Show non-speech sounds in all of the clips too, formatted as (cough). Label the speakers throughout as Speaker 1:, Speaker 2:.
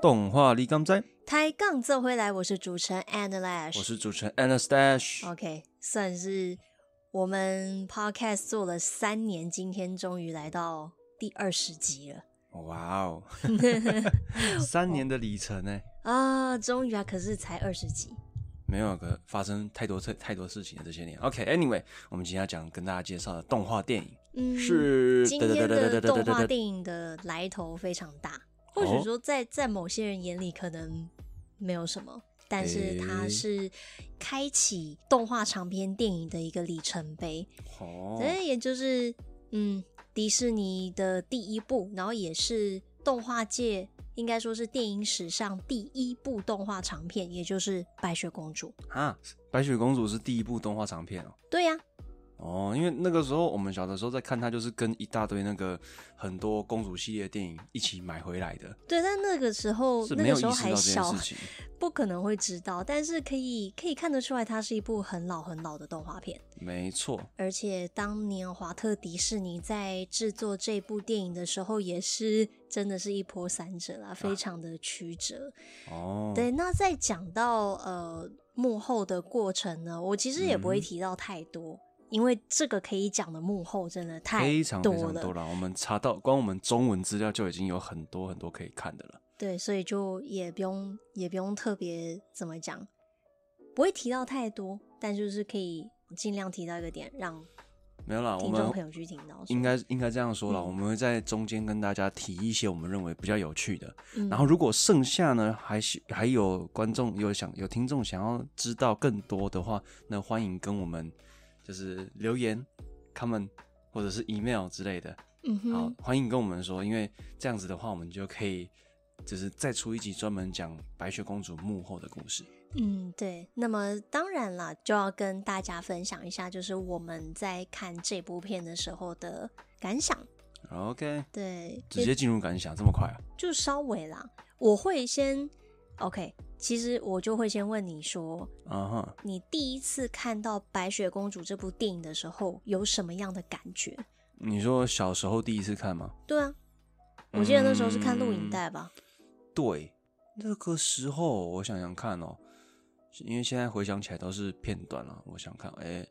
Speaker 1: 动画你敢知？
Speaker 2: 抬杠这回来，我是主持人 Anna Lash，
Speaker 1: 我是主持人 Anastash。
Speaker 2: OK，算是我们 Podcast 做了三年，今天终于来到第二十集了
Speaker 1: 哇
Speaker 2: (laughs)
Speaker 1: 哦，三年的里程呢？
Speaker 2: 啊！终于啊，可是才二十集，
Speaker 1: 没有个发生太多太太多事情了这些年。OK，Anyway，、我们今天要讲跟大家介绍的动画电影、
Speaker 2: 嗯，
Speaker 1: 是
Speaker 2: 今天的动画
Speaker 1: 影
Speaker 2: 电影的来头非常大，或
Speaker 1: 哦
Speaker 2: 许说在在某些人眼里可能没有什么，但是
Speaker 1: 诶
Speaker 2: 它是开启动画长篇电影的一个里程碑。
Speaker 1: 哦，
Speaker 2: 这也就是嗯，迪士尼的第一部，然后也是动画界应该说是电影史上第一部动画长片，也就是《白雪公主》。
Speaker 1: 啊，白雪公主是第一部动画长片哦。
Speaker 2: 对呀、
Speaker 1: 哦，因为那个时候我们小的时候在看它，就是跟一大堆那个很多公主系列电影一起买回来的，
Speaker 2: 对，但那个时候
Speaker 1: 是
Speaker 2: 哦那
Speaker 1: 没有
Speaker 2: 个
Speaker 1: 意
Speaker 2: 时候
Speaker 1: 识到
Speaker 2: 还
Speaker 1: 这件
Speaker 2: 小
Speaker 1: 事，情。
Speaker 2: 不可能会知道，但是可以可以看得出来，它是一部很老很老的动画片。
Speaker 1: 没错，
Speaker 2: 而且当年华特迪士尼在制作这部电影的时候，也是真的是一波三折啦，
Speaker 1: 啊
Speaker 2: 非常的曲折。
Speaker 1: 哦，
Speaker 2: 对，那在讲到呃幕后的过程呢，我其实也不会
Speaker 1: 嗯
Speaker 2: 提到太多，因为这个可以讲的幕后真的太
Speaker 1: 非常非常
Speaker 2: 了。
Speaker 1: 多了。我们查到，光我们中文资料就已经有很多很多可以看的了。
Speaker 2: 对，所以就也不用也不用特别怎么讲，不会提到太多，但就是可以尽量提到一个点，让
Speaker 1: 没有啦，我
Speaker 2: 听众朋
Speaker 1: 们
Speaker 2: 友去听到。
Speaker 1: 应该应该这样说啦，
Speaker 2: 嗯
Speaker 1: 我们会在中间跟大家提一些我们认为比较有趣的。
Speaker 2: 嗯，
Speaker 1: 然后如果剩下呢，还是还有观众有想有听众想要知道更多的话，那欢迎跟我们就是留言、comment 或者是 email 之类的。
Speaker 2: 嗯
Speaker 1: 好
Speaker 2: 哼，，
Speaker 1: 欢迎跟我们说，因为这样子的话，我们就可以就是再出一集专门讲白雪公主幕后的故事。
Speaker 2: 嗯，对。那么当然啦，就要跟大家分享一下，就是我们在看这部片的时候的感想。
Speaker 1: OK，
Speaker 2: 对，
Speaker 1: 直接进入感想，这么快啊？
Speaker 2: 就稍微啦，我会先 OK。其实我就会先问你说，
Speaker 1: 啊哈，
Speaker 2: 你第一次看到《白雪公主》这部电影的时候有什么样的感觉？
Speaker 1: 你说小时候第一次看吗？
Speaker 2: 对啊，我记得那时候是看录影
Speaker 1: 嗯
Speaker 2: 带吧。
Speaker 1: 对，那个时候我想想看哦，因为现在回想起来都是片段了。我想看，哎、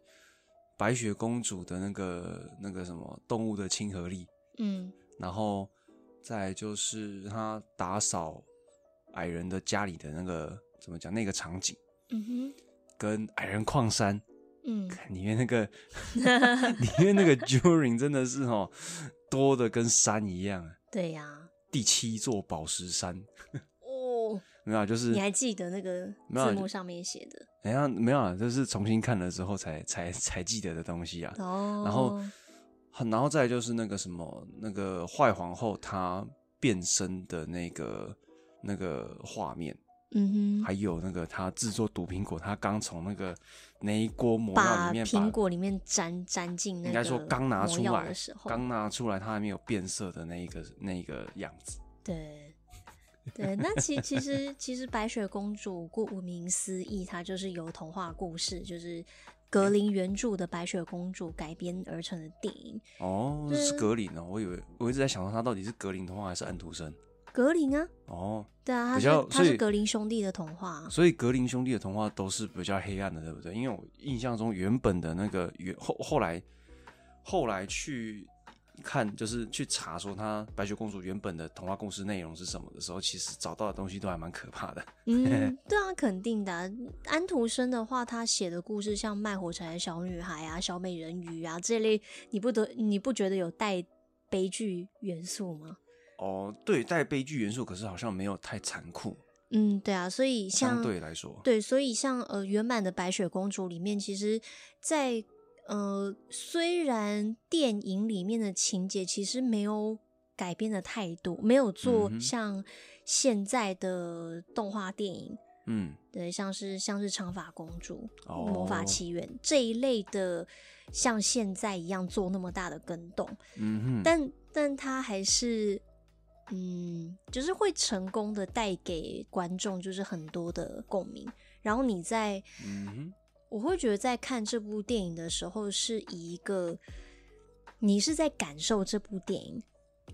Speaker 1: 白雪公主的那个那个什么动物的亲和力，
Speaker 2: 嗯
Speaker 1: 然后再来就是她打扫矮人的家里的那个怎么讲那个场景，
Speaker 2: 嗯哼
Speaker 1: 跟矮人矿山
Speaker 2: 嗯，
Speaker 1: 看里面那个里面那个 Juring 真的是哦多的跟山一样啊，
Speaker 2: 对呀、
Speaker 1: 第七座宝石山。
Speaker 2: 哦，
Speaker 1: 没有啊，就是
Speaker 2: 你还记得那个
Speaker 1: 没有啊
Speaker 2: 字幕
Speaker 1: 就
Speaker 2: 上面写的
Speaker 1: 哎呀，没有啊，就是重新看了之后才才才记得的东西啊。
Speaker 2: 哦？
Speaker 1: 然后，很然后再来就是那个什么，那个坏皇后她变身的那个那个画面，
Speaker 2: 嗯
Speaker 1: 还
Speaker 2: 哼，
Speaker 1: 有那个她制作毒苹果，她刚从那个那一锅魔药
Speaker 2: 把
Speaker 1: 里面
Speaker 2: 苹果里面沾沾进那
Speaker 1: 应
Speaker 2: 个
Speaker 1: 该说刚拿
Speaker 2: 魔
Speaker 1: 出
Speaker 2: 药
Speaker 1: 来
Speaker 2: 的时，候，
Speaker 1: 刚拿出来，她还没有变色的那一个那一个样子。
Speaker 2: 对，对，那其其实其实白雪公主顾顾名思义，它就是由童话故事，就是格林原著的白雪公主改编而成的电影。
Speaker 1: 哦，
Speaker 2: 对
Speaker 1: 是格林哦，我以为我一直在想说她到底是格林童话还是安徒生
Speaker 2: 格林啊，
Speaker 1: 哦，
Speaker 2: 对啊，它
Speaker 1: 比较
Speaker 2: 是它
Speaker 1: 所
Speaker 2: 是
Speaker 1: 以
Speaker 2: 格林兄弟的童话啊。
Speaker 1: 所以格林兄弟的童话都是比较黑暗的，对不对？因为我印象中原本的那个原后后来后来去看，就是去查说她白雪公主原本的童话故事内容是什么的时候，其实找到的东西都还蛮可怕的。 (laughs)
Speaker 2: 嗯，对啊，肯定的啊、安徒生的话，他写的故事像《卖火柴的小女孩》啊，《小美人鱼》啊这类，你不得你不觉得有带悲剧元素吗？
Speaker 1: 哦，对，带悲剧元素，可是好像没有太残酷，
Speaker 2: 嗯，对啊，所以
Speaker 1: 相
Speaker 2: 像
Speaker 1: 对来说，
Speaker 2: 对，所以像呃原版的《白雪公主》里面，其实在，呃虽然电影里面的情节其实没有改变的太多，没有
Speaker 1: 嗯
Speaker 2: 做
Speaker 1: 哼
Speaker 2: 像现在的动画电影，
Speaker 1: 嗯，
Speaker 2: 对，像是像是长发公主、
Speaker 1: 哦
Speaker 2: 魔法奇缘这一类的，像现在一样做那么大的跟动，
Speaker 1: 嗯哼，
Speaker 2: 但但它还是。嗯，就是会成功的带给观众就是很多的共鸣，然后你在
Speaker 1: 嗯哼，
Speaker 2: 我会觉得在看这部电影的时候，是以一个你是在感受这部电影，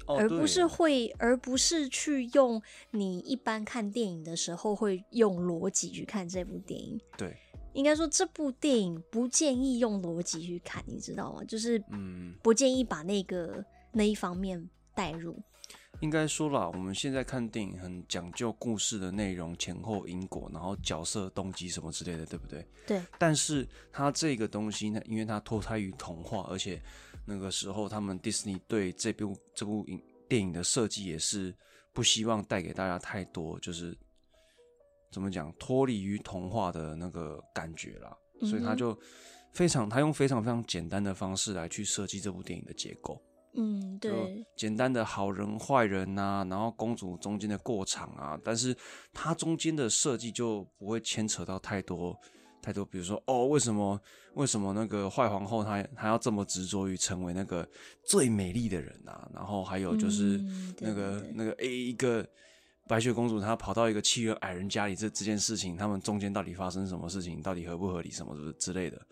Speaker 1: 哦
Speaker 2: 而不
Speaker 1: 对
Speaker 2: 是会，而不是去用你一般看电影的时候会用逻辑去看这部电影。
Speaker 1: 对，
Speaker 2: 应该说这部电影不建议用逻辑去看，你知道吗？就是
Speaker 1: 嗯，
Speaker 2: 不建议把那个那一方面带入。
Speaker 1: 应该说啦，我们现在看电影很讲究故事的内容、前后因果，然后角色动机什么之类的，对不对？
Speaker 2: 对。
Speaker 1: 但是它这个东西呢，因为它脱胎于童话，而且那个时候他们迪士尼对这部这部影电影的设计也是不希望带给大家太多，就是怎么讲脱离于童话的那个感觉啦，所以
Speaker 2: 嗯
Speaker 1: 他
Speaker 2: 哼
Speaker 1: 就非常他用非常非常简单的方式来去设计这部电影的结构。
Speaker 2: 嗯，
Speaker 1: 就
Speaker 2: 对，
Speaker 1: 简单的好人坏人呐、然后公主中间的过场啊，但是它中间的设计就不会牵扯到太多太多，比如说哦，为什么为什么那个坏皇后她她要这么执着于成为那个最美丽的人啊？然后还有就是
Speaker 2: 嗯对
Speaker 1: 那个、
Speaker 2: 对对
Speaker 1: 那个 A 一个。白雪公主她跑到一个契约矮人家里，这这件事情，他们中间到底发生什么事情，到底合不合理，什么之之类的，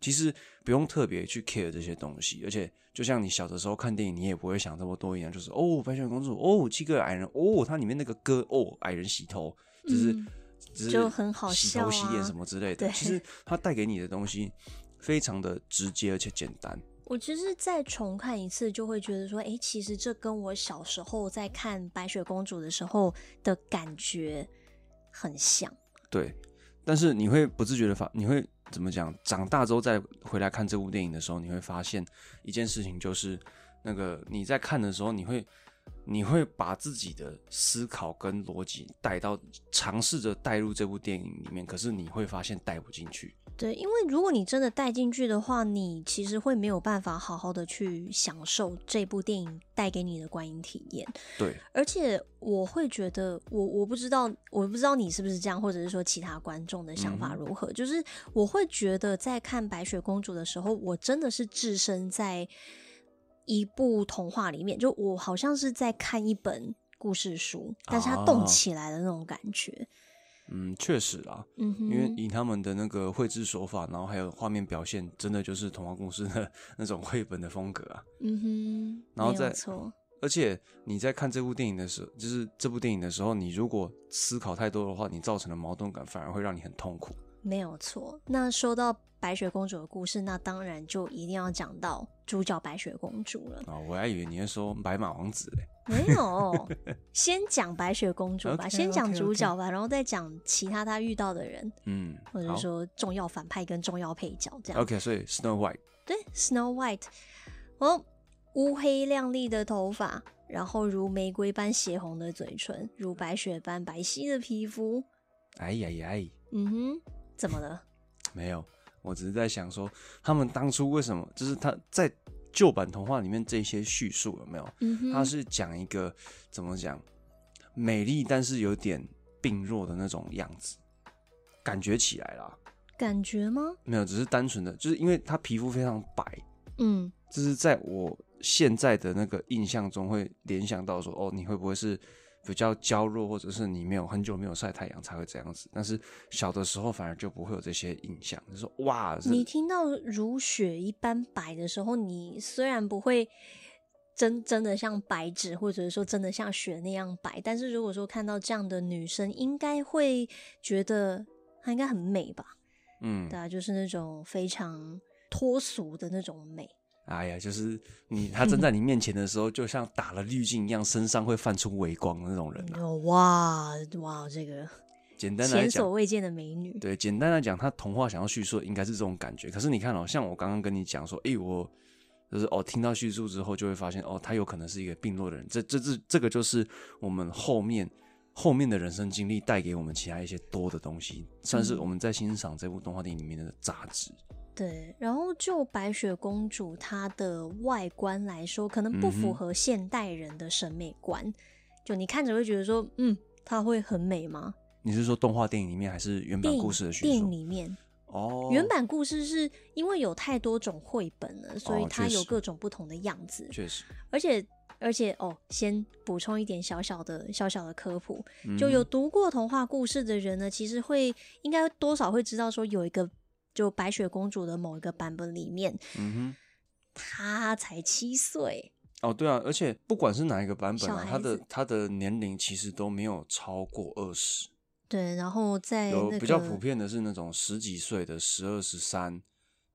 Speaker 1: 其实不用特别去 care 这些东西，而且就像你小的时候看电影，你也不会想这么多一样，就是哦，白雪公主，哦，七个矮人，哦，它里面那个歌，哦，矮人洗头，只是、
Speaker 2: 嗯
Speaker 1: 只是
Speaker 2: 就很好
Speaker 1: 洗头
Speaker 2: 笑
Speaker 1: 洗脸
Speaker 2: 啊
Speaker 1: 什么之类的。
Speaker 2: 对
Speaker 1: 其实它带给你的东西非常的直接而且简单，
Speaker 2: 我其实再重看一次，就会觉得说，诶，其实这跟我小时候在看《白雪公主》的时候的感觉很像。
Speaker 1: 对。但是你会不自觉的发，你会怎么讲？长大之后再回来看这部电影的时候，你会发现一件事情，就是那个你在看的时候，你会你会把自己的思考跟逻辑带到尝试着带入这部电影里面，可是你会发现带不进去。
Speaker 2: 对，因为如果你真的带进去的话，你其实会没有办法好好的去享受这部电影带给你的观影体验。
Speaker 1: 对，
Speaker 2: 而且我会觉得，我我不知道，我不知道你是不是这样，或者是说其他观众的想
Speaker 1: 嗯
Speaker 2: 法如何。就是我会觉得，在看《白雪公主》的时候，我真的是置身在一部童话里面，就我好像是在看一本故事书，但是它动
Speaker 1: 啊
Speaker 2: 起来的那种感觉。
Speaker 1: 嗯，确实啦，
Speaker 2: 嗯哼，
Speaker 1: 因为以他们的那个绘制手法，然后还有画面表现，真的就是童话故事的 (laughs) 那种绘本的风格啊。
Speaker 2: 嗯哼，
Speaker 1: 然后
Speaker 2: 没有
Speaker 1: 再
Speaker 2: 错，
Speaker 1: 而且你在看这部电影的时候，就是这部电影的时候，你如果思考太多的话，你造成的矛盾感反而会让你很痛苦。
Speaker 2: 没有错。那说到白雪公主的故事，那当然就一定要讲到主角白雪公主了。
Speaker 1: 啊、我还以为你会说白马王子嘞，
Speaker 2: (laughs) 没有，先讲白雪公主吧
Speaker 1: OK，
Speaker 2: 先讲
Speaker 1: OK，OK
Speaker 2: 主角吧然后再讲其他她遇到的人，
Speaker 1: 嗯，
Speaker 2: 或者
Speaker 1: 好
Speaker 2: 说重要反派跟重要配角这样。
Speaker 1: ，OK，所以 Snow White，
Speaker 2: 对，Snow White，哦，乌黑亮丽的头发，然后如玫瑰般血红的嘴唇，如白雪般白皙的皮肤。
Speaker 1: 哎呀呀，哎
Speaker 2: 嗯哼，怎么了？
Speaker 1: 没有，我只是在想说，他们当初为什么就是他在旧版童话里面这些叙述有没有？
Speaker 2: 嗯哼，
Speaker 1: 他是讲一个怎么讲，美丽但是有点病弱的那种样子，感觉起来啦，
Speaker 2: 感觉吗？
Speaker 1: 没有，只是单纯的，就是因为他皮肤非常白，
Speaker 2: 嗯，
Speaker 1: 这是在我现在的那个印象中会联想到说，哦，你会不会是比较娇弱，或者是你没有很久没有晒太阳才会这样子？但是小的时候反而就不会有这些印象，就说哇，是
Speaker 2: 你听到如雪一般白的时候，你虽然不会真真的像白纸，或者是说真的像雪那样白，但是如果说看到这样的女生，应该会觉得她应该很美吧？
Speaker 1: 嗯
Speaker 2: 对，啊，就是那种非常脱俗的那种美。
Speaker 1: 哎呀，就是你他站在你面前的时候，就像打了滤镜一样，身上会泛出微光的那种人啊。
Speaker 2: 哦，哇哇，这个
Speaker 1: 简单来
Speaker 2: 前所
Speaker 1: 讲，
Speaker 2: 未见的美女。
Speaker 1: 对，简单来讲，他童话想要叙述的应该是这种感觉。可是你看哦，像我刚刚跟你讲说，诶，我就是哦，听到叙述之后就会发现，哦，他有可能是一个病弱的人。这这这这个就是我们后面后面的人生经历带给我们其他一些多的东西，算
Speaker 2: 嗯
Speaker 1: 是我们在欣赏这部动画电影里面的杂质。
Speaker 2: 对，然后就白雪公主她的外观来说，可能不符
Speaker 1: 嗯哼
Speaker 2: 合现代人的审美观。就你看着会觉得说，嗯，她会很美吗？
Speaker 1: 你是说动画电影里面，还是原
Speaker 2: 电
Speaker 1: 版
Speaker 2: 影
Speaker 1: 故事的叙
Speaker 2: 电影
Speaker 1: 述？
Speaker 2: 里面，
Speaker 1: 哦，
Speaker 2: 原版故事是因为有太多种绘本了，所以
Speaker 1: 哦
Speaker 2: 它
Speaker 1: 确
Speaker 2: 有
Speaker 1: 实
Speaker 2: 各种不同的样子。
Speaker 1: 确实，
Speaker 2: 而且而且哦，先补充一点小小的小小的科普，
Speaker 1: 嗯
Speaker 2: 就有读过童话故事的人呢，其实会应该多少会知道说有一个就
Speaker 1: 嗯
Speaker 2: 白雪公主的某一个版本里面，
Speaker 1: 嗯哼。
Speaker 2: 她才七岁，
Speaker 1: 哦，对啊，而且不管是哪一个版本
Speaker 2: 小
Speaker 1: 啊，
Speaker 2: 孩
Speaker 1: 他的
Speaker 2: 子
Speaker 1: 他的年龄其实都没有超过二十、
Speaker 2: 对，然后在
Speaker 1: 有
Speaker 2: 那个
Speaker 1: 比较普遍的是那种十几岁的，十二、十三，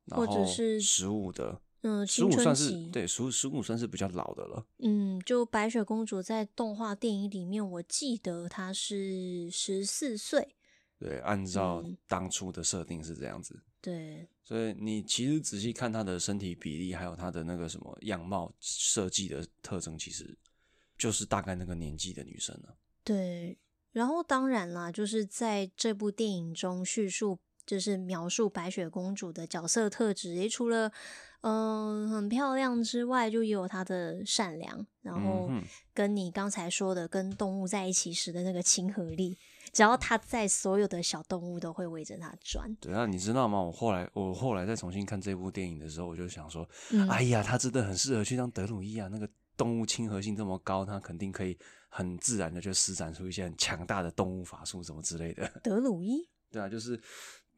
Speaker 1: 然
Speaker 2: 或者
Speaker 1: 后
Speaker 2: 是
Speaker 1: 十五的，
Speaker 2: 嗯
Speaker 1: 十
Speaker 2: 青
Speaker 1: 五
Speaker 2: 春
Speaker 1: 算是
Speaker 2: 期，
Speaker 1: 对十十五算是比较老的了。
Speaker 2: 嗯，就白雪公主在动画电影里面，我记得她是十四岁，
Speaker 1: 对，按照
Speaker 2: 嗯
Speaker 1: 当初的设定是这样子，
Speaker 2: 对，
Speaker 1: 所以你其实仔细看他的身体比例，还有他的那个什么样貌设计的特征，其实就是大概那个年纪的女生了、
Speaker 2: 对，然后当然啦，就是在这部电影中叙述，就是描述白雪公主的角色特质，也除了嗯、很漂亮之外，就也有她的善良，然后
Speaker 1: 嗯哼
Speaker 2: 跟你刚才说的跟动物在一起时的那个亲和力，只要她在，所有的小动物都会围着她转。
Speaker 1: 对啊，你知道吗？我后来我后来再重新看这部电影的时候，我就想说，
Speaker 2: 嗯，
Speaker 1: 哎呀，他真的很适合去当德鲁伊啊，那个动物亲和性这么高，他肯定可以很自然的就施展出一些很强大的动物法术什么之类的。 (laughs)
Speaker 2: 德鲁伊，
Speaker 1: 对啊，就是，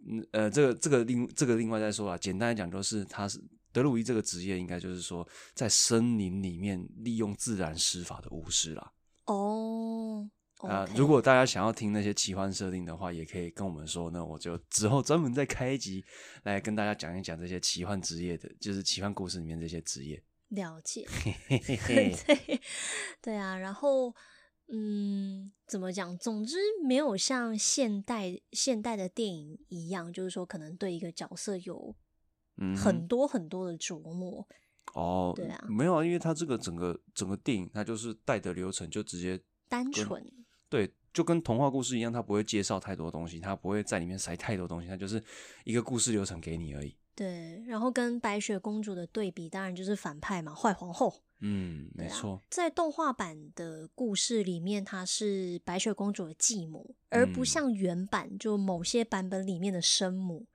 Speaker 1: 嗯呃，这个这个另这个另外再说啊，简单来讲，就是他是德鲁伊这个职业，应该就是说在森林里面利用自然施法的巫师啦。
Speaker 2: 哦，
Speaker 1: 啊、
Speaker 2: OK
Speaker 1: 如果大家想要听那些奇幻设定的话，也可以跟我们说，那我就之后专门再开一集来跟大家讲一讲这些奇幻职业的，就是奇幻故事里面这些职业。
Speaker 2: 了解，
Speaker 1: 嘿嘿嘿，
Speaker 2: 对 (laughs) 对啊，然后嗯，怎么讲？总之，没有像现代现代的电影一样，就是说可能对一个角色有
Speaker 1: 嗯哼，
Speaker 2: 很多很多的琢磨。
Speaker 1: 哦，
Speaker 2: 对啊
Speaker 1: 没有啊，因为他这个整个整个电影，它就是带的流程就直接
Speaker 2: 单
Speaker 1: 跟
Speaker 2: 纯，
Speaker 1: 对，就跟童话故事一样，它不会介绍太多东西，它不会在里面塞太多东西，它就是一个故事流程给你而已。
Speaker 2: 对，然后跟白雪公主的对比，当然就是反派嘛，坏皇后。
Speaker 1: 嗯，没
Speaker 2: 对啊
Speaker 1: 错，
Speaker 2: 在动画版的故事里面，她是白雪公主的继母，而不
Speaker 1: 嗯
Speaker 2: 像原版就某些版本里面的生母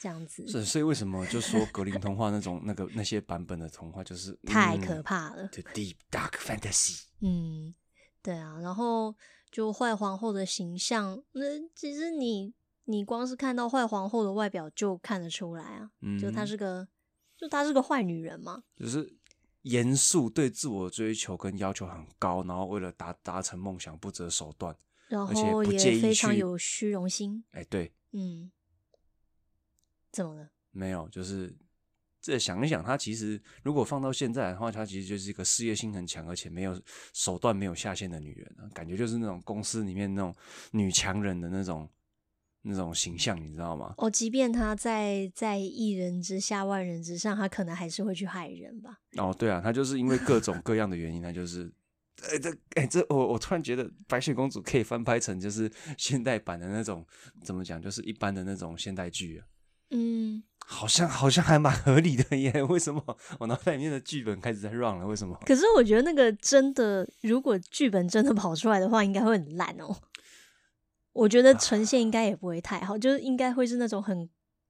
Speaker 2: 这样子，
Speaker 1: 是，所以为什么就说格林童话那种那个那些版本的童话就是
Speaker 2: 太可怕了。
Speaker 1: t deep dark fantasy。
Speaker 2: 嗯，对啊，然后就坏皇后的形象，那、其实你你光是看到坏皇后的外表就看得出来啊，
Speaker 1: 嗯，
Speaker 2: 就她是个就她是个坏女人嘛，
Speaker 1: 就是严肃，对自我追求跟要求很高，然后为了达达成梦想不择手段。
Speaker 2: 然
Speaker 1: 而且
Speaker 2: 后
Speaker 1: 不
Speaker 2: 也
Speaker 1: 介意
Speaker 2: 非常
Speaker 1: 去
Speaker 2: 有虚荣心，
Speaker 1: 哎，对，
Speaker 2: 嗯，怎么了？
Speaker 1: 没有，就是这想一想，他其实如果放到现在的话，他其实就是一个事业心很强，而且没有手段、没有下限的女人、啊，感觉就是那种公司里面那种女强人的那种那种形象，你知道吗？
Speaker 2: 哦，即便她在在一人之下万人之上，她可能还是会去害人吧。
Speaker 1: 哦，对啊，她就是因为各种各样的原因，她就是。哎，这哎这我我突然觉得白雪公主可以翻拍成就是 (laughs) 现代版的那种，怎么讲，就是一般的那种现代剧、啊，
Speaker 2: 嗯，
Speaker 1: 好像好像还蛮合理的耶。 (laughs) 为什么我脑袋里面的剧本开始在 run 了？为什么？
Speaker 2: 可是我觉得那个真的，如果剧本真的跑出来的话，应该会很烂哦。我觉得呈现应该也不会太好，就是应该会是那种很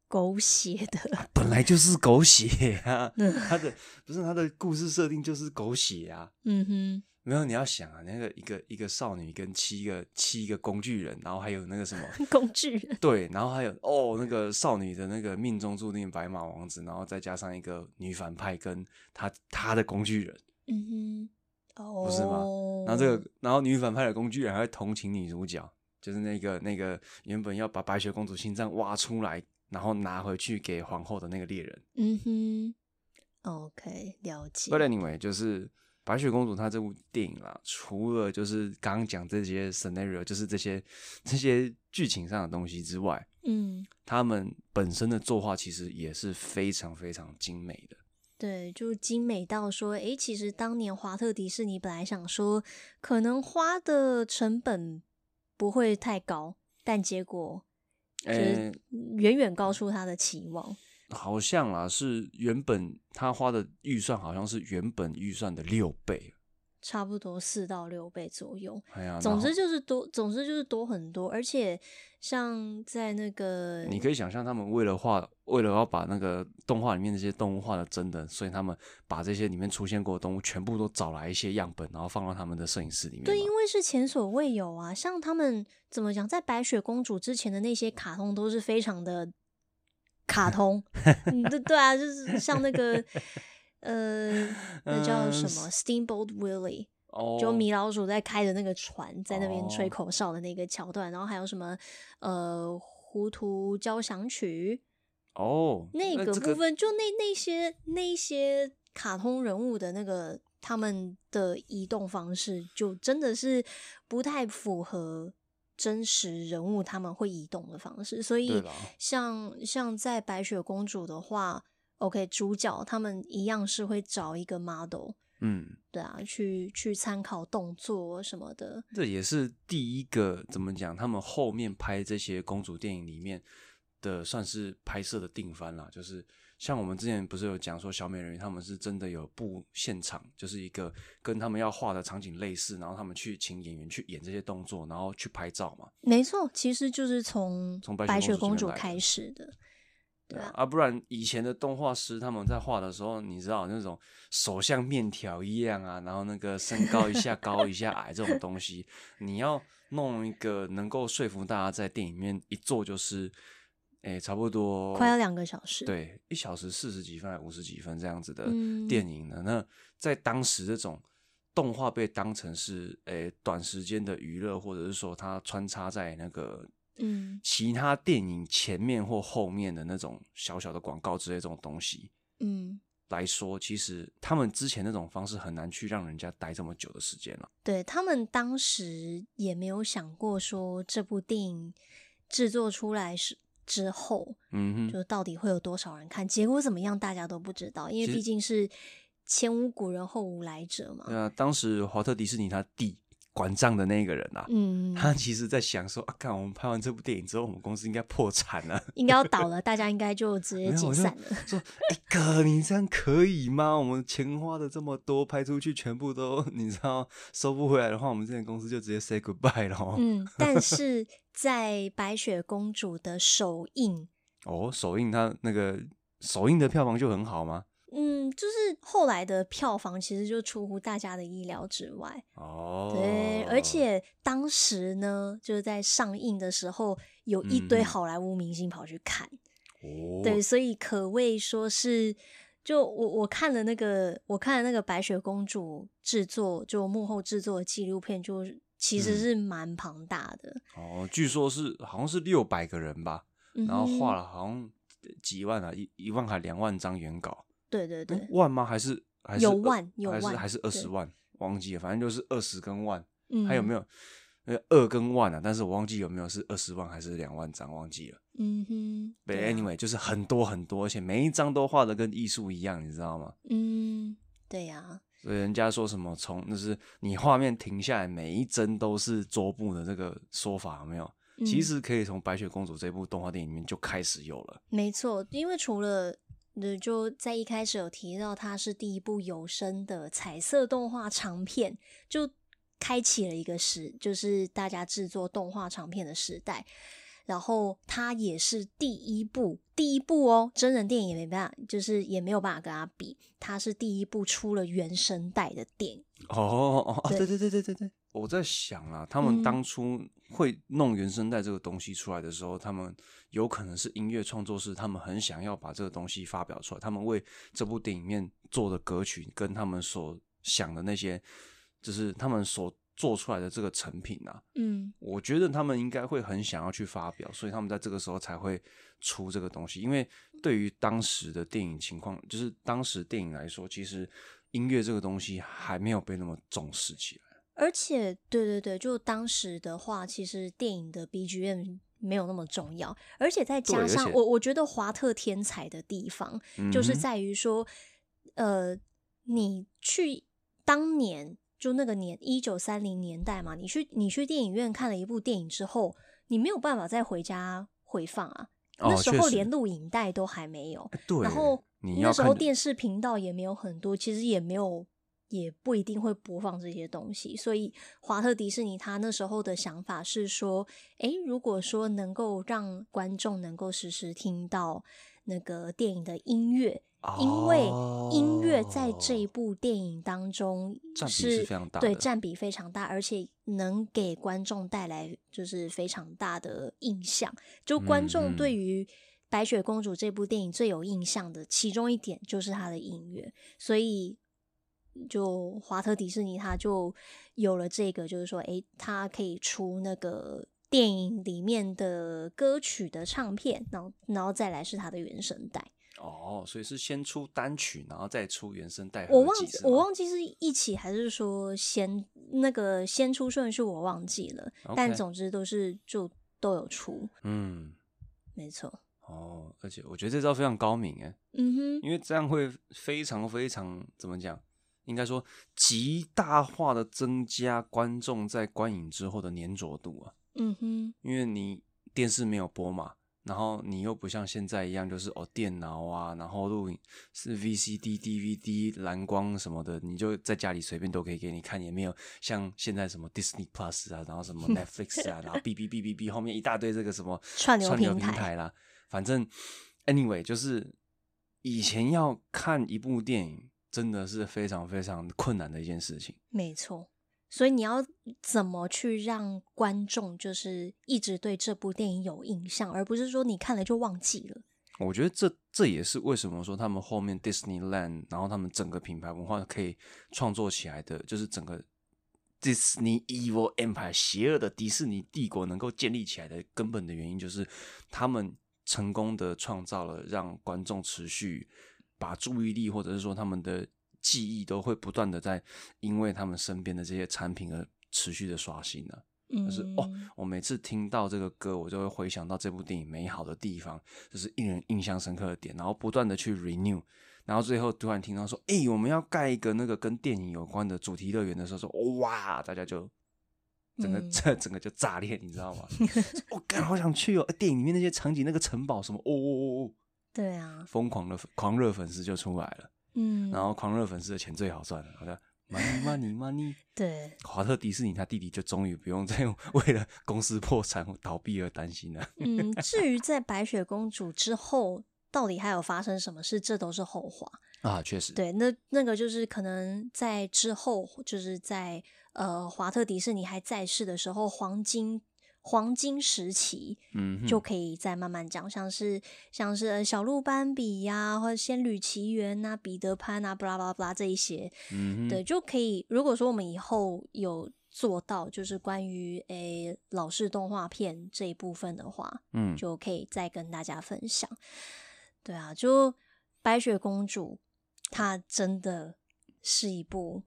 Speaker 2: 狗血的。
Speaker 1: 本来就是狗血啊
Speaker 2: 嗯，
Speaker 1: 他的不是他的故事设定就是狗血啊。
Speaker 2: (laughs) 嗯哼，
Speaker 1: 没有，你要想啊，那个一个一个少女跟七个七个工具人，然后还有那个什么，
Speaker 2: (laughs) 工具人。
Speaker 1: 对，然后还有哦，那个少女的那个命中注定白马王子，然后再加上一个女反派跟她她的工具人，
Speaker 2: 嗯哼，哦，
Speaker 1: 不是吗然后这个然后女反派的工具人还会同情女主角，就是那个那个原本要把白雪公主心脏挖出来，然后拿回去给皇后的那个猎人。
Speaker 2: 嗯哼，OK，了解
Speaker 1: But。anyway，就是白雪公主她这部电影啦，除了就是刚刚讲这些 scenario，就是这些这些剧情上的东西之外，
Speaker 2: 嗯，
Speaker 1: 他们本身的作画其实也是非常非常精美的。
Speaker 2: 对，就精美到说，诶，其实当年华特迪士尼本来想说，可能花的成本不会太高，但结果
Speaker 1: 呃、
Speaker 2: 远远高出他的期望。
Speaker 1: 好像啦，是原本他花的预算好像是原本预算的六倍。
Speaker 2: 差不多四到六倍左右，
Speaker 1: 哎呀，
Speaker 2: 总之
Speaker 1: 然后
Speaker 2: 就是多，总之就是多很多，而且像在那个，
Speaker 1: 你可以想象，他们为了画，为了要把那个动画里面那些动物画的真的，所以他们把这些里面出现过的动物全部都找来一些样本，然后放到他们的摄影师里面嘛。
Speaker 2: 对，因为是前所未有啊，像他们怎么讲，在白雪公主之前的那些卡通都
Speaker 1: (laughs)
Speaker 2: 是非常的卡通，嗯，对对啊，就是像那个。呃，那叫什么、Steamboat Willie，
Speaker 1: 嗯哦，
Speaker 2: 就米老鼠在开的那个船，在那边吹
Speaker 1: 哦
Speaker 2: 口哨的那个桥段，然后还有什么呃糊涂交响曲
Speaker 1: 哦，
Speaker 2: 那个
Speaker 1: 这
Speaker 2: 部分，就那那些那些卡通人物的那个他们的移动方式，就真的是不太符合真实人物他们会移动的方式，所
Speaker 1: 对
Speaker 2: 以
Speaker 1: 啦
Speaker 2: 像像在白雪公主的话。OK，主角他们一样是会找一个 model，
Speaker 1: 嗯，
Speaker 2: 对啊，去去参考动作什么的，
Speaker 1: 这也是第一个怎么讲？他们后面拍这些公主电影里面的，算是拍摄的定番啦。就是像我们之前不是有讲说，小美人鱼他们是真的有布现场，就是一个跟他们要画的场景类似，然后他们去请演员去演这些动作，然后去拍照嘛。
Speaker 2: 没错，其实就是从
Speaker 1: 从白
Speaker 2: 白
Speaker 1: 雪
Speaker 2: 雪
Speaker 1: 公
Speaker 2: 公
Speaker 1: 主
Speaker 2: 主
Speaker 1: 这边来的
Speaker 2: 开始的，对
Speaker 1: 啊
Speaker 2: 啊，
Speaker 1: 啊，不然以前的动画师他们在画的时候，你知道那种手像面条一样啊，然后那个身高一下高一下矮这种东西，你要弄一个能够说服大家在电影里面一坐就是，诶、差不多
Speaker 2: 快要两个小时，，
Speaker 1: 哦对一小时四十几分还五十几分这样子的
Speaker 2: 嗯
Speaker 1: 电影呢。那在当时这种动画被当成是诶、短时间的娱乐，或者是说它穿插在那个
Speaker 2: 嗯
Speaker 1: 其他电影前面或后面的那种小小的广告之类这种东西
Speaker 2: 嗯，
Speaker 1: 来说，其实他们之前那种方式很难去让人家待这么久的时间了。
Speaker 2: 对他们当时也没有想过说这部电影制作出来是之后，
Speaker 1: 嗯哼，
Speaker 2: 就到底会有多少人看，结果怎么样大家都不知道，因
Speaker 1: 其
Speaker 2: 为
Speaker 1: 实
Speaker 2: 毕竟是前无古人后无来者嘛，
Speaker 1: 那、当时华特迪士尼他弟管账的那个人啊。(laughs)
Speaker 2: 嗯，
Speaker 1: 他其实，在想说啊，看我们拍完这部电影之后，我们公司应该破产了、
Speaker 2: 应该要倒了，大家应该就直接
Speaker 1: 然后
Speaker 2: 解
Speaker 1: 我就
Speaker 2: 散
Speaker 1: (laughs)
Speaker 2: 了，
Speaker 1: 说：“哎、哥，你这样可以吗？我们钱花的这么多，拍出去全部都你知道收不回来的话，我们这间公司就直接 say goodbye 了。哦 (laughs)
Speaker 2: 嗯，但是在《白雪公主》的首映，
Speaker 1: 哦，首映它那个首映的票房就很好吗？
Speaker 2: 嗯，就是后来的票房其实就出乎大家的意料之外，
Speaker 1: 哦，
Speaker 2: 对，而且当时呢，就是在上映的时候，有一
Speaker 1: 嗯
Speaker 2: 堆
Speaker 1: 嗯
Speaker 2: 好莱坞明星跑去看，
Speaker 1: 哦，
Speaker 2: 对，所以可谓说是。就我我看了那个我看了那个白雪公主制作就幕后制作的纪录片，就是其实
Speaker 1: 嗯
Speaker 2: 是蛮庞大的，
Speaker 1: 哦，据说是好像是六百个人吧，
Speaker 2: 嗯
Speaker 1: 然后
Speaker 2: 哼
Speaker 1: 画了好像几万啊，一一万还两万张原稿，
Speaker 2: 对对对
Speaker 1: 诶，万吗？还是还是
Speaker 2: 有
Speaker 1: 二
Speaker 2: 万有
Speaker 1: 还是
Speaker 2: 万
Speaker 1: 还是二十
Speaker 2: 对
Speaker 1: 万？忘记了，反正就是二十跟万，
Speaker 2: 嗯，
Speaker 1: 还有没有？呃，二跟万啊，但是我忘记有没有是二十万还是两万张，忘记了。
Speaker 2: 嗯哼，
Speaker 1: But
Speaker 2: 对啊
Speaker 1: anyway，就是很多很多，而且每一张都画的跟艺术一样，你知道吗？
Speaker 2: 嗯，对呀、
Speaker 1: 所以人家说什么从就是你画面停下来，每一帧都是桌布的这个说法有没有？其
Speaker 2: 嗯
Speaker 1: 实可以从《白雪公主》这部动画电影里面就开始有了。
Speaker 2: 没错，因为除了呃就在一开始有提到它是第一部有声的彩色动画长片，就开启了一个时，就是大家制作动画长片的时代。然后它也是第一部，第一部哦，真人电影也没办法，就是也没有办法跟它比。它是第一部出了原声带的电影，
Speaker 1: 哦哦哦哦，对
Speaker 2: 对
Speaker 1: 对对对对对，我在想啊，他们当初会弄原声带这个东西出来的时候，他们有可能是音乐创作师，他们很想要把这个东西发表出来，他们为这部电影里面做的歌曲跟他们所想的那些，就是他们所做出来的这个成品啊，
Speaker 2: 嗯，
Speaker 1: 我觉得他们应该会很想要去发表，所以他们在这个时候才会出这个东西。因为对于当时的电影情况，就是当时电影来说，其实音乐这个东西还没有被那么重视起来。
Speaker 2: 而且，对对对，就当时的话，其实电影的 BGM 没有那么重要，而且再
Speaker 1: 对
Speaker 2: 加
Speaker 1: 而
Speaker 2: 上
Speaker 1: 且
Speaker 2: 我，我觉得华特天才的地方、就
Speaker 1: 嗯
Speaker 2: 是
Speaker 1: 哼
Speaker 2: 在于说，呃，你去当年就那个年一九三零年代嘛，你去你去电影院看了一部电影之后，你没有办法再回家回放啊，
Speaker 1: 哦
Speaker 2: 那时
Speaker 1: 确
Speaker 2: 候
Speaker 1: 实
Speaker 2: 连录影带都还没有，
Speaker 1: 哎对，
Speaker 2: 然后
Speaker 1: 你
Speaker 2: 那
Speaker 1: 要
Speaker 2: 时
Speaker 1: 看
Speaker 2: 候
Speaker 1: 的
Speaker 2: 电视频道也没有很多，其实也没有也不一定会播放这些东西，所以华特迪士尼他那时候的想法是说，诶，如果说能够让观众能够实时听到那个电影的音乐，因为音乐在这一
Speaker 1: 哦
Speaker 2: 部电影当中
Speaker 1: 占比是
Speaker 2: 是
Speaker 1: 非常大
Speaker 2: 对
Speaker 1: 的
Speaker 2: 占比非常大，而且能给观众带来就是非常大的印象。就观
Speaker 1: 嗯
Speaker 2: 众
Speaker 1: 嗯
Speaker 2: 对于白雪公主》这部电影最有印象的其中一点就是它的音乐，所以就华特迪士尼它就有了这个，就是说，诶，它可以出那个电影里面的歌曲的唱片，然后然后再来是它的原声带。
Speaker 1: 哦，所以是先出单曲，然后再出原声带合集。
Speaker 2: 我忘记
Speaker 1: 是吗
Speaker 2: 我忘记是一起还是说先那个先出顺序我忘记了
Speaker 1: OK
Speaker 2: 但总之都是就都有出，
Speaker 1: 嗯，
Speaker 2: 没错。
Speaker 1: 哦，而且我觉得这招非常高明哎，
Speaker 2: 嗯哼，
Speaker 1: 因为这样会非常非常怎么讲？应该说极大化的增加观众在观影之后的粘着度啊，
Speaker 2: 嗯哼，
Speaker 1: 因为你电视没有播嘛，然后你又不像现在一样，就是哦电脑啊，然后录影是 VCD、DVD、蓝光什么的，你就在家里随便都可以给你看，也没有像现在什么 Disney Plus 啊，然后什
Speaker 2: (laughs)
Speaker 1: 么 Netflix 啊，然后哔哔哔哔哔后面一大堆这个什么
Speaker 2: 串流
Speaker 1: 串流
Speaker 2: 平
Speaker 1: 平
Speaker 2: 台
Speaker 1: 台啦，反正 anyway 就是以前要看一部电影真的是非常非常困难的一件事情。
Speaker 2: 没错。所以你要怎么去让观众就是一直对这部电影有印象，而不是说你看了就忘记了？
Speaker 1: 我觉得这这也是为什么说他们后面 Disneyland，然后他们整个品牌文化可以创作起来的，就是整个 Disney Evil Empire 邪恶的迪士尼帝国能够建立起来的根本的原因，就是他们成功的创造了让观众持续把注意力或者是说他们的记忆都会不断的在因为他们身边的这些产品而持续的刷新呢、啊
Speaker 2: 嗯，
Speaker 1: 就是哦，我每次听到这个歌，我就会回想到这部电影美好的地方，就是令人印象深刻的点，然后不断的去 renew，然后最后突然听到说，诶、我们要盖一个那个跟电影有关的主题乐园的时候，说哇，大家就整个
Speaker 2: 嗯
Speaker 1: 这、整个就炸裂，你知道吗？ (laughs) 我干、好想去哦！诶电影里面那些场景，那个城堡什么，哦哦哦
Speaker 2: 对啊
Speaker 1: 哦，，疯狂的狂热粉丝就出来了，
Speaker 2: 嗯，
Speaker 1: 然后狂热粉丝的钱最好赚了，好像 money money money。 (laughs)
Speaker 2: 对，
Speaker 1: 华特迪士尼他弟弟就终于不用再为了公司破产倒闭而担心了。
Speaker 2: 嗯，至于在白雪公主之后到底还有发生什么事，这都是后话。
Speaker 1: 啊，确实，
Speaker 2: 对，那那个就是可能在之后，就是在呃华特迪士尼还在世的时候，黄金黄金时期
Speaker 1: 嗯哼，
Speaker 2: 就可以再慢慢讲，像是像是呃小鹿斑比呀、或者《仙女奇缘》呐、彼得潘啊，巴拉巴拉巴拉这一些，
Speaker 1: 嗯
Speaker 2: 对，
Speaker 1: 哼，
Speaker 2: 就可以。如果说我们以后有做到，就是关于诶老式动画片这一部分的话，
Speaker 1: 嗯，
Speaker 2: 就可以再跟大家分享。对啊，就《白雪公主》，它真的是一部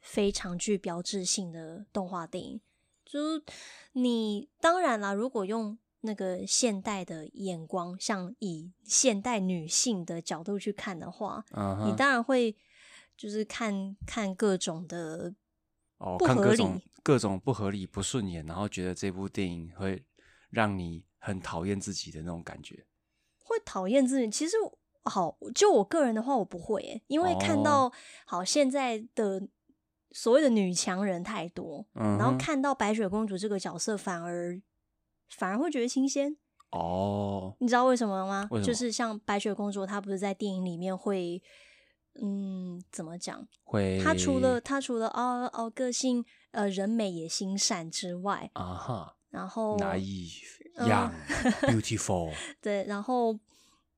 Speaker 2: 非常具标志性的动画电影。就是你当然啦，如果用那个现代的眼光，像以现代女性的角度去看的话，
Speaker 1: 嗯
Speaker 2: 你
Speaker 1: 哼，
Speaker 2: 当然会就是看看各种的
Speaker 1: 哦，
Speaker 2: 不
Speaker 1: 看
Speaker 2: 合
Speaker 1: 各种
Speaker 2: 理
Speaker 1: 各种不合理、不顺眼，然后觉得这部电影会让你很讨厌自己的那种感觉。
Speaker 2: 会讨厌自己。其实好，就我个人的话，我不会耶，因为看
Speaker 1: 哦
Speaker 2: 到、好现在的所谓的女强人太多，
Speaker 1: 嗯哼，
Speaker 2: 然后看到白雪公主这个角色，反而反而会觉得新鲜。
Speaker 1: 哦，
Speaker 2: 你知道为什么吗？
Speaker 1: 为什
Speaker 2: 就
Speaker 1: 么
Speaker 2: 是像白雪公主，她不是在电影里面会。嗯，怎么讲？
Speaker 1: 会
Speaker 2: 她除了她除了哦哦个性呃人美也心善之外，
Speaker 1: 啊哈
Speaker 2: 然后
Speaker 1: ，naive、
Speaker 2: 嗯 (laughs)
Speaker 1: young、beautiful，
Speaker 2: 对，然后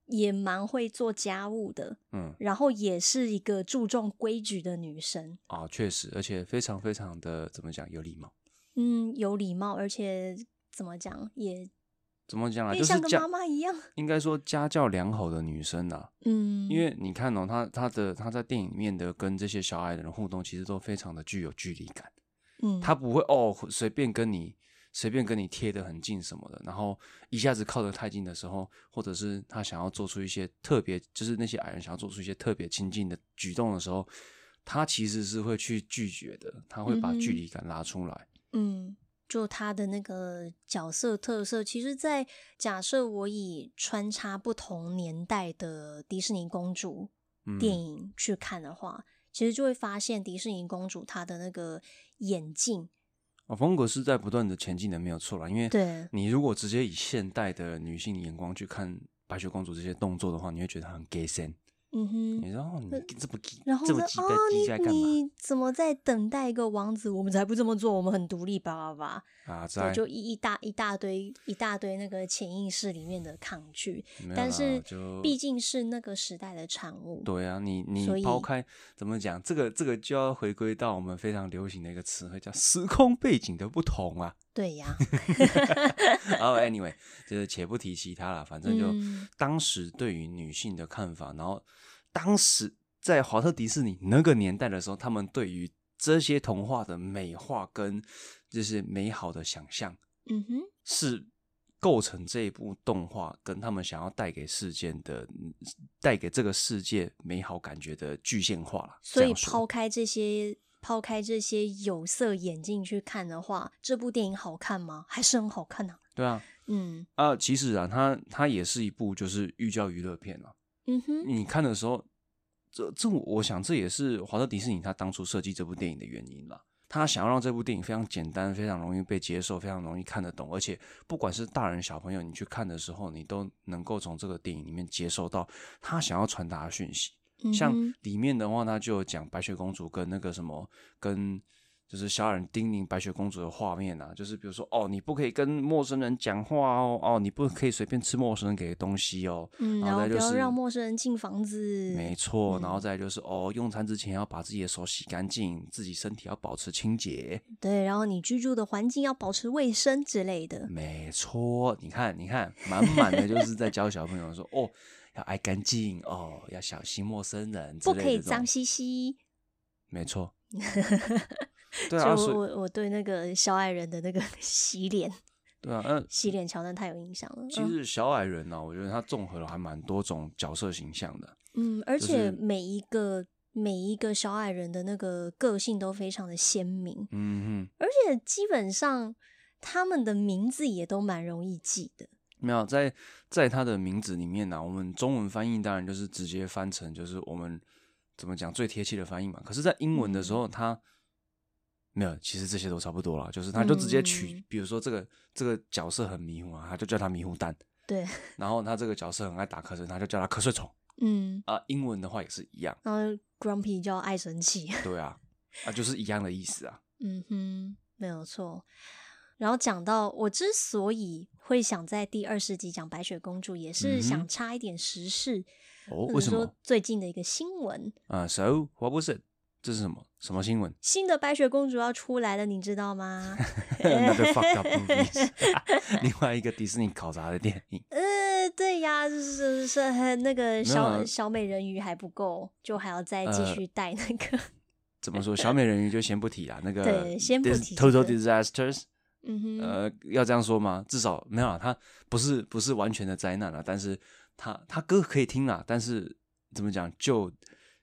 Speaker 2: 也蛮会做家务的，
Speaker 1: 嗯
Speaker 2: 然后也是一个注重规矩的女生，
Speaker 1: 啊，确实，而且非常非常的怎么讲，有礼貌。
Speaker 2: 嗯，有礼貌，而且怎么讲也
Speaker 1: 怎么讲啊？
Speaker 2: 变
Speaker 1: 就是
Speaker 2: 相跟
Speaker 1: 家
Speaker 2: 妈妈一样，
Speaker 1: 应该说家教良好的女生啊，
Speaker 2: 嗯，
Speaker 1: 因为你看哦，他他的他在电影里面的跟这些小矮人的互动，其实都非常的具有距离感。
Speaker 2: 嗯
Speaker 1: 他不会哦随便跟你随便跟你贴得很近什么的，然后一下子靠得太近的时候，或者是他想要做出一些特别，就是那些矮人想要做出一些特别亲近的举动的时候，他其实是会去拒绝的，他会把
Speaker 2: 嗯哼
Speaker 1: 距离感拉出来。
Speaker 2: 嗯，就她的那个角色特色，其实，在假设我以穿插不同年代的迪士尼公主
Speaker 1: 嗯，
Speaker 2: 电影去看的话，其实就会发现迪士尼公主她的那个眼镜，
Speaker 1: 哦，风格是在不断的前进的，没有错啦。因为
Speaker 2: 对
Speaker 1: 你如果直接以现代的女性眼光去看白雪公主这些动作的话，你会觉得她很 gay 森，
Speaker 2: 嗯哼，
Speaker 1: 你知道你这么急，
Speaker 2: 然后
Speaker 1: 这
Speaker 2: 呢
Speaker 1: 么急？
Speaker 2: 哦
Speaker 1: 在，急在干
Speaker 2: 你
Speaker 1: 嘛
Speaker 2: 你怎么在等待一个王子？我们才不这么做，我们很独立，叭叭叭。
Speaker 1: 啊？在
Speaker 2: 对，就一一大一大堆一大堆那个潜意识里面的抗拒，
Speaker 1: 没有
Speaker 2: 但
Speaker 1: 啦
Speaker 2: 是
Speaker 1: 就
Speaker 2: 毕竟是那个时代的产物。
Speaker 1: 对啊，你
Speaker 2: 所
Speaker 1: 你
Speaker 2: 以
Speaker 1: 抛开怎么讲，这个这个就要回归到我们非常流行的一个词汇，叫时空背景的不同啊。
Speaker 2: 对
Speaker 1: (laughs)
Speaker 2: 呀，
Speaker 1: 哦、a n y w a y (laughs) 就是且不提其他了，反正就
Speaker 2: 嗯
Speaker 1: 当时对于女性的看法，然后当时在华特迪士尼那个年代的时候，他们对于这些童话的美化跟就是美好的想象，
Speaker 2: 嗯哼，
Speaker 1: 是构成这一部动画跟他们想要带给世界的、带给这个世界美好感觉的具现化了。
Speaker 2: 所
Speaker 1: 这
Speaker 2: 以
Speaker 1: 样说
Speaker 2: 抛开这些抛开这些有色眼镜去看的话，这部电影好看吗？还是很好看呢、
Speaker 1: 对啊
Speaker 2: 嗯
Speaker 1: 啊，其实啊，它它也是一部就是寓教于乐片啊。
Speaker 2: 嗯哼，
Speaker 1: 你看的时候，这这我我想这也是华特迪士尼他当初设计这部电影的原因啦。他想要让这部电影非常简单，非常容易被接受，非常容易看得懂，而且不管是大人小朋友，你去看的时候，你都能够从这个电影里面接受到他想要传达的讯息。
Speaker 2: 嗯
Speaker 1: 像
Speaker 2: 哼
Speaker 1: 里面的话，他就有讲白雪公主跟那个什么，跟就是小矮人叮咛白雪公主的画面啊，就是比如说哦，你不可以跟陌生人讲话哦，哦，你不可以随便吃陌生人给的东西哦，
Speaker 2: 嗯，然
Speaker 1: 后
Speaker 2: 后
Speaker 1: 再
Speaker 2: 不
Speaker 1: 就
Speaker 2: 要
Speaker 1: 是
Speaker 2: 让陌生人进房子。
Speaker 1: 没错，
Speaker 2: 嗯
Speaker 1: 然后再来就是哦，用餐之前要把自己的手洗干净，自己身体要保持清洁。
Speaker 2: 对，然后你居住的环境要保持卫生之类的。
Speaker 1: 没错，你看，你看，满满的就是在教小朋友说哦，要爱干净哦，要小心陌生人之
Speaker 2: 不
Speaker 1: 类的
Speaker 2: 可以
Speaker 1: 这种
Speaker 2: 脏。兮兮，
Speaker 1: 没
Speaker 2: (laughs)
Speaker 1: 错，对
Speaker 2: 所
Speaker 1: 啊，
Speaker 2: 以我
Speaker 1: 所以
Speaker 2: 我我对那个小矮人的那个 (laughs) 洗脸
Speaker 1: 对啊，嗯、
Speaker 2: 洗脸桥段太有印象了。嗯
Speaker 1: 其实小矮人呢、啊我觉得他综合了还蛮多种角色形象的。
Speaker 2: 嗯，嗯而
Speaker 1: 就是
Speaker 2: 且每一个、每一个小矮人的那个个性都非常的鲜明，
Speaker 1: 嗯
Speaker 2: 而且基本上他们的名字也都蛮容易记的。
Speaker 1: 哼，没有在在他的名字里面呢、啊我们中文翻译当然就是直接翻成就是我们怎么讲最贴切的翻译嘛。可是，在英文的时
Speaker 2: 嗯
Speaker 1: 候，他没有，其实这些都差不多啦，就是他就直接取，
Speaker 2: 嗯
Speaker 1: 比如说这个这个角色很迷糊啊，他就叫他迷糊蛋；
Speaker 2: 对，
Speaker 1: 然后他这个角色很爱打瞌睡，他就叫他瞌睡虫
Speaker 2: 嗯，
Speaker 1: 啊。英文的话也是一样，
Speaker 2: 然后 Grumpy 叫爱生气。 (laughs)
Speaker 1: 对啊，啊就是一样的意思啊。
Speaker 2: 嗯哼，没有错。然后讲到我之所以会想在第二十集讲白雪公主，也
Speaker 1: 嗯哼
Speaker 2: 是想插一点时事，
Speaker 1: 哦，
Speaker 2: 或
Speaker 1: 为
Speaker 2: 者
Speaker 1: 什么
Speaker 2: 说？最近的一个新闻，
Speaker 1: 啊、s o what was it？这是什么什么
Speaker 2: (laughs)
Speaker 1: 新闻？
Speaker 2: 新的白雪公主要出来了，你知道吗？ (laughs)
Speaker 1: Another fucked up movies，另 (laughs) 外一个迪士尼考察的电影。
Speaker 2: 呃，对呀，就是是很那个小、
Speaker 1: 没有啊
Speaker 2: 小美人鱼还不够，就还要再继
Speaker 1: 呃
Speaker 2: 续带那个，
Speaker 1: 怎么说？小美人鱼就先不提啦，那个
Speaker 2: 对先不
Speaker 1: dis-
Speaker 2: 提这
Speaker 1: Total
Speaker 2: 个
Speaker 1: Disasters，、
Speaker 2: 嗯哼，
Speaker 1: 呃，要这样说吗？至少没有啦，它不是不是完全的灾难啦，但是它它歌可以听啦，但是怎么讲？就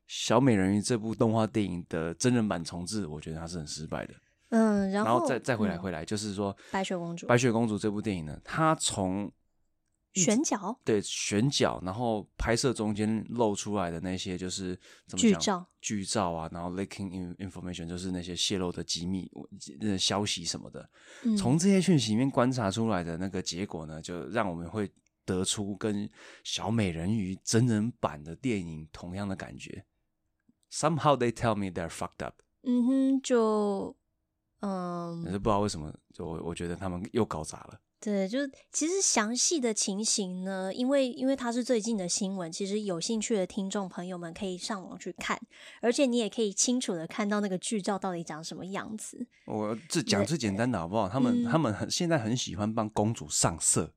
Speaker 1: 小美人鱼这部动画电影的真人版重置，我觉得它是很失败的。
Speaker 2: 嗯，然
Speaker 1: 然
Speaker 2: 后
Speaker 1: 再再回来
Speaker 2: 嗯
Speaker 1: 回来，就是说
Speaker 2: 白雪公主
Speaker 1: 白雪公主这部电影呢，它从
Speaker 2: 选角，
Speaker 1: 对选角，然后拍摄中间露出来的那些就是怎么
Speaker 2: 剧
Speaker 1: 讲
Speaker 2: 照、
Speaker 1: 剧照啊，然后 leaking in- information 就是那些泄露的机密呃消息什么的。
Speaker 2: 嗯，
Speaker 1: 从这些讯息里面观察出来的那个结果呢，就让我们会得出跟《小美人鱼》真人版的电影同样的感觉。Somehow they tell me they're fucked up，
Speaker 2: 嗯哼，就
Speaker 1: 可
Speaker 2: 嗯，
Speaker 1: 是不知道为什么，就我我觉得他们又搞砸了。
Speaker 2: 对，就是其实详细的情形呢，因为因为它是最近的新闻，其实有兴趣的听众朋友们可以上网去看，而且你也可以清楚的看到那个剧照到底长什么样子。
Speaker 1: 我这讲最简单的好不好？他们、
Speaker 2: 嗯
Speaker 1: 他们很现在很喜欢帮公主上色，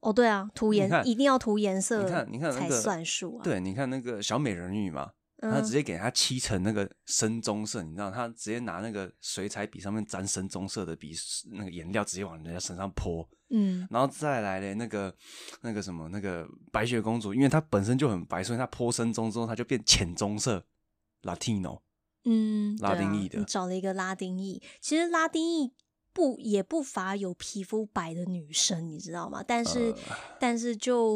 Speaker 2: 哦，对啊，涂
Speaker 1: 你
Speaker 2: 颜
Speaker 1: 看
Speaker 2: 一定要涂颜色，
Speaker 1: 你看，你看那
Speaker 2: 才
Speaker 1: 个
Speaker 2: 算数啊。，
Speaker 1: 对，你看那个小美人鱼嘛，他
Speaker 2: 嗯
Speaker 1: 直接给他漆成那个深棕色，你知道，他直接拿那个水彩笔上面沾深棕色的笔，那个颜料直接往人家身上泼。
Speaker 2: 嗯
Speaker 1: 然后再来嘞，那个那个什么，那个白雪公主，因为她本身就很白，所以她泼深棕之后，她就变浅棕色，Latino。
Speaker 2: 嗯，
Speaker 1: 拉
Speaker 2: 对
Speaker 1: 丁
Speaker 2: 啊
Speaker 1: 裔的
Speaker 2: 你找了一个拉丁裔，其实拉丁裔。不也不乏有皮肤白的女生，你知道吗？但是，
Speaker 1: 呃
Speaker 2: 但是就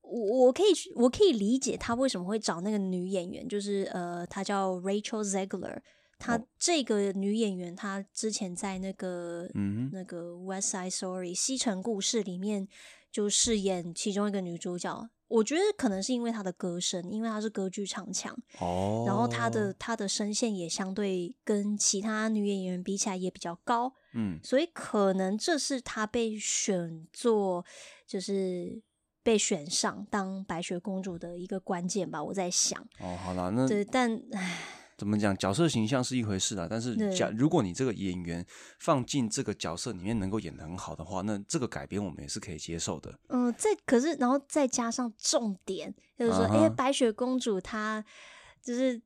Speaker 2: 我我可以去我可以理解他为什么会找那个女演员，就是呃，她叫 Rachel Zegler，她
Speaker 1: 哦
Speaker 2: 这个女演员她之前在那个、
Speaker 1: 嗯哼，
Speaker 2: 那个 West Side Story 西城故事里面就饰演其中一个女主角我觉得可能是因为他的歌声，因为他是歌剧唱腔，
Speaker 1: 哦，
Speaker 2: 然后他的他的声线也相对跟其他女演员比起来也比较高，
Speaker 1: 嗯
Speaker 2: 所以可能这是他被选做就是被选上当白雪公主的一个关键吧，我在想。
Speaker 1: 哦，好啦，那
Speaker 2: 对，但唉，
Speaker 1: 怎么讲？角色形象是一回事啦，但是
Speaker 2: 对
Speaker 1: 假如果你这个演员放进这个角色里面能够演得很好的话，那这个改编我们也是可以接受的。
Speaker 2: 嗯、再可是然后再加上重点，就是说，
Speaker 1: 啊
Speaker 2: 哎、
Speaker 1: 哈
Speaker 2: 白雪公主她就是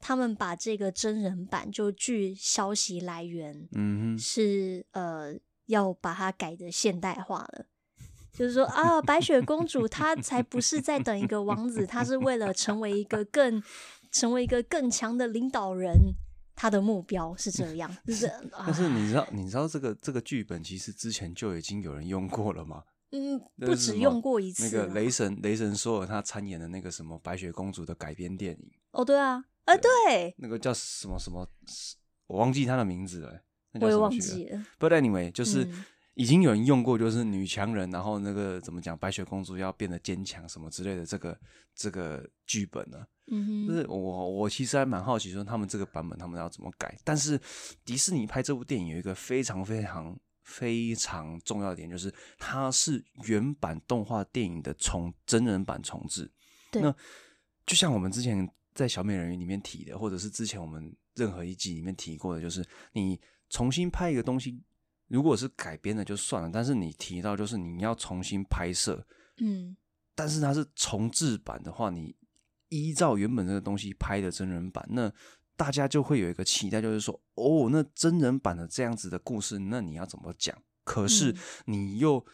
Speaker 2: 他们把这个真人版，就据消息来源，
Speaker 1: 嗯哼，
Speaker 2: 是呃要把它改的现代化了。就是说啊，白雪公主她才不是在等一个王子，她是为了成为一个更成为一个更强的领导人，她的目标是这样。
Speaker 1: (laughs)
Speaker 2: 就是
Speaker 1: 但
Speaker 2: 啊，
Speaker 1: 是你知道，你知道这个这个剧本其实之前就已经有人用过了吗？
Speaker 2: 嗯，
Speaker 1: 那
Speaker 2: 不
Speaker 1: 是什
Speaker 2: 止
Speaker 1: 么
Speaker 2: 用过一
Speaker 1: 那
Speaker 2: 次啊
Speaker 1: 个
Speaker 2: 啦。
Speaker 1: 雷神，雷神索尔他参演的那个什么白雪公主的改编电影，
Speaker 2: 哦，对啊，啊对，
Speaker 1: 那个叫什么什么，我忘记他的名字了、欸啊那叫
Speaker 2: 我也
Speaker 1: 什么
Speaker 2: 忘
Speaker 1: 剧了
Speaker 2: 记了。
Speaker 1: But anyway，就是
Speaker 2: 嗯
Speaker 1: 已经有人用过，就是女强人，然后那个怎么讲，白雪公主要变得坚强什么之类的这个这个剧本呢、
Speaker 2: 嗯
Speaker 1: 就
Speaker 2: 哼，
Speaker 1: 是我我其实还蛮好奇，说他们这个版本他们要怎么改。但是迪士尼拍这部电影有一个非常非常非常重要的点，就是它是原版动画电影的重真人版重置。
Speaker 2: 对
Speaker 1: 那就像我们之前在小美人鱼里面提的，或者是之前我们任何一集里面提过的，就是你重新拍一个东西。如果是改编的就算了，但是你提到就是你要重新拍摄，
Speaker 2: 嗯，
Speaker 1: 但是它是重制版的话，你依照原本这个东西拍的真人版，那大家就会有一个期待，就是说，哦，那真人版的这样子的故事，那你要怎么讲？可是
Speaker 2: 嗯
Speaker 1: 你又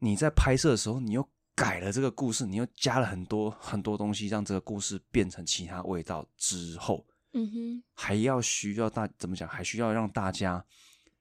Speaker 1: 你在拍摄的时候，你又改了这个故事，你又加了很多很多东西，让这个故事变成其他味道之后，
Speaker 2: 嗯哼，
Speaker 1: 还要需要大怎么讲？还需要让大家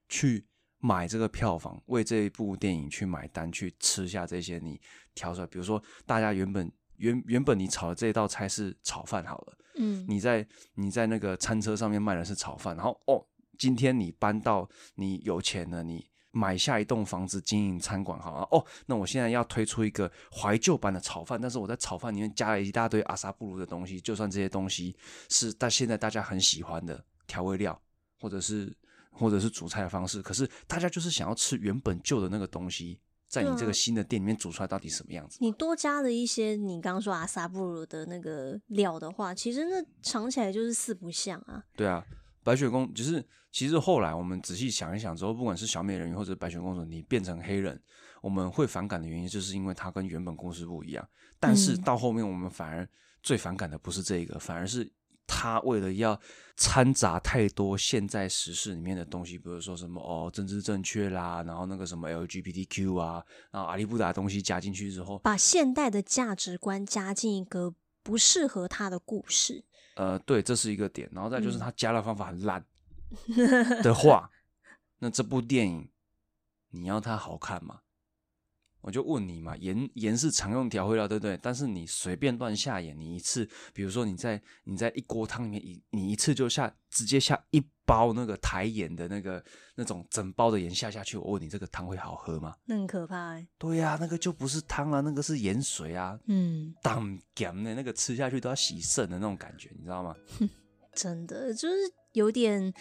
Speaker 1: 去买这个票房，为这一部电影去买单，去吃下这些你挑出来。比如说，大家原本原原本你炒的这一道菜是炒饭好了，
Speaker 2: 嗯，
Speaker 1: 你在你在那个餐车上面卖的是炒饭，然后哦，今天你搬到你有钱了，你买下一栋房子经营餐馆好了，哦，那我现在要推出一个怀旧版的炒饭，但是我在炒饭里面加了一大堆阿萨布鲁的东西，就算这些东西是但现在大家很喜欢的调味料，或者是或者是煮菜的方式，可是大家就是想要吃原本旧的那个东西。在你这
Speaker 2: 对啊
Speaker 1: 个新的店里面煮出来到底什么样子？
Speaker 2: 你多加了一些你刚刚说阿萨布鲁的那个料的话，其实那尝起来就是四不像啊。
Speaker 1: 对啊，白雪公就是其实后来我们仔细想一想之后，不管是小美人鱼或者白雪公主，你变成黑人，我们会反感的原因，就是因为它跟原本故事不一样。但是
Speaker 2: 嗯
Speaker 1: 到后面，我们反而最反感的不是这个，反而是。他为了要掺杂太多现在时事里面的东西，比如说什么哦政治正确啦，然后那个什么 LGBTQ 啊，然后阿里不达的东西加进去之后，
Speaker 2: 把现代的价值观加进一个不适合他的故事。
Speaker 1: 呃，对，这是一个点。然后再就是
Speaker 2: 嗯
Speaker 1: 他加的方法很烂的话，那这部电影你要它好看吗？我就问你嘛，盐盐是常用调味料，对不对？但是你随便乱下盐，你一次，比如说你在你在一锅汤里面，一你一次就下直接下一包那个台盐的那个那种整包的盐下下去，我问你这个汤会好喝吗？
Speaker 2: 那很可怕、欸，
Speaker 1: 对呀、那个就不是汤啊，那个是盐水啊，
Speaker 2: 嗯，
Speaker 1: 当咸的那个吃下去都要洗肾的那种感觉，你知道吗？
Speaker 2: 真的就是有点，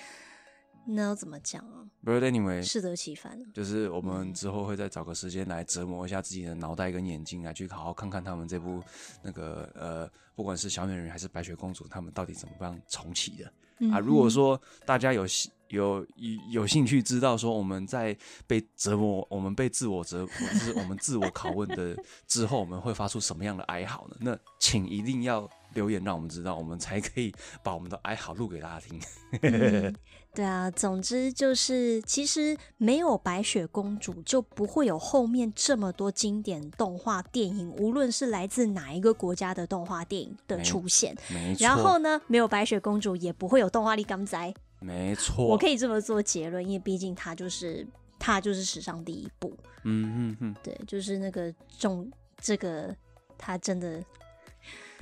Speaker 2: 那要怎么讲啊？
Speaker 1: But anyway，
Speaker 2: 适得其反啊。
Speaker 1: 就是我们
Speaker 2: 嗯
Speaker 1: 之后会再找个时间来折磨一下自己的脑袋跟眼睛，来啊去好好看看他们这部那个呃，不管是小美人鱼还是白雪公主，他们到底怎么样重启的
Speaker 2: 嗯
Speaker 1: 啊？如果说大家有兴有有有兴趣知道说我们在被折磨，我们被自我折，就是我们自我拷问
Speaker 2: (laughs)
Speaker 1: 的之后，我们会发出什么样的哀嚎呢？那请一定要留言让我们知道，我们才可以把我们的哀嚎录给大家听。
Speaker 2: 嗯 (laughs) 对啊，总之就是，其实没有白雪公主，就不会有后面这么多经典动画电影，无论是来自哪一个国家的动画电影的
Speaker 1: 没
Speaker 2: 出现。
Speaker 1: (laughs) 没错，
Speaker 2: 然后呢，没有白雪公主，也不会有动画力刚仔。
Speaker 1: 没错，
Speaker 2: 我可以这么做结论，因为毕竟它就是它就是史上第一部，
Speaker 1: 嗯嗯嗯。
Speaker 2: 对，就是那个重这个它真的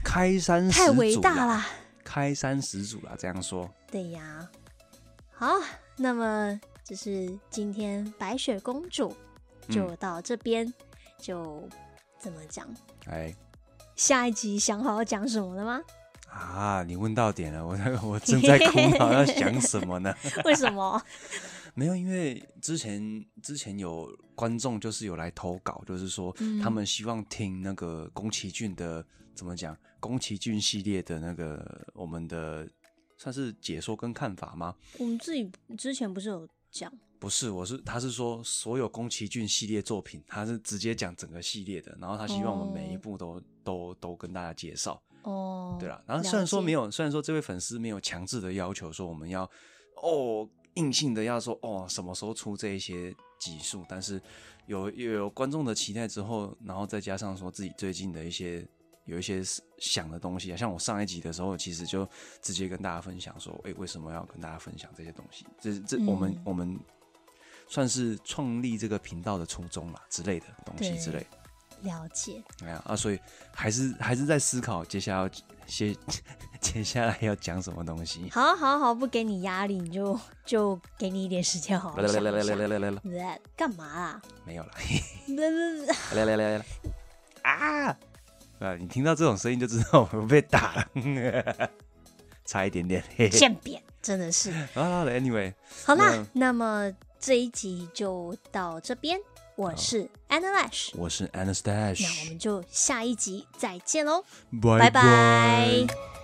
Speaker 1: 开山始祖
Speaker 2: 太
Speaker 1: 啦
Speaker 2: 伟大啦，
Speaker 1: 开山始祖啦，这样说。
Speaker 2: 对呀。好，那么就是今天白雪
Speaker 1: 嗯
Speaker 2: 公主就到这边，就怎么讲？
Speaker 1: 哎，
Speaker 2: 下一集想好要讲什么了吗？
Speaker 1: 啊，你问到点了，我 (laughs) 我正在苦恼要想什么
Speaker 2: (laughs)
Speaker 1: 呢？
Speaker 2: 为
Speaker 1: (laughs)
Speaker 2: 什么？
Speaker 1: 没有，因为之前之前有观众就是有来投稿，就是说、
Speaker 2: 嗯
Speaker 1: 他们希望听那个宫崎骏的怎么讲，宫崎骏系列的那个我们的算是解说跟看法吗？
Speaker 2: 我们自己之前不是有讲，
Speaker 1: 不是，我是他是说所有宫崎骏系列作品，他是直接讲整个系列的，然后他希望我们每一
Speaker 2: 哦
Speaker 1: 部都、都都跟大家介绍。
Speaker 2: 哦，
Speaker 1: 对啊啦，然后虽然说没
Speaker 2: 有，
Speaker 1: 有，虽然说这位粉丝没有强制的要求说我们要哦硬性的要说哦什么时候出这一些集数，但是有有有观众的期待之后，然后再加上说自己最近的一些有一些想的东西啊，像我上一集的时候，其实就直接跟大家分享说，哎、为什么要跟大家分享这些东西？这这我们、
Speaker 2: 嗯
Speaker 1: 我们算是创立这个频道的初衷啦之类的东西之
Speaker 2: 对
Speaker 1: 类的。
Speaker 2: 了解，
Speaker 1: 哎呀啊，所以还是还是在思考接下来要接 (laughs) 接下来要讲什么东西。
Speaker 2: 好好好，不给你压力，你就就给你一点时间好好
Speaker 1: 来来
Speaker 2: 想
Speaker 1: 来来来
Speaker 2: 一下。
Speaker 1: 来来来来，
Speaker 2: 来，干嘛啊？ (laughs)
Speaker 1: 没有了，
Speaker 2: 不不不
Speaker 1: 来来来来来 (laughs) 啊！啊，你听到这种声音就知道我被打了， (laughs) 差一点点。嘿 (laughs) 嘿
Speaker 2: 欠扁，真的是。
Speaker 1: 啊来，Anyway，
Speaker 2: 好
Speaker 1: 嗯
Speaker 2: 啦，那么这一集就到这边，我是 Anna Lash，
Speaker 1: 我是
Speaker 2: 那我
Speaker 1: Anastash，
Speaker 2: 们就下一集再见喽。
Speaker 1: 拜
Speaker 2: 拜拜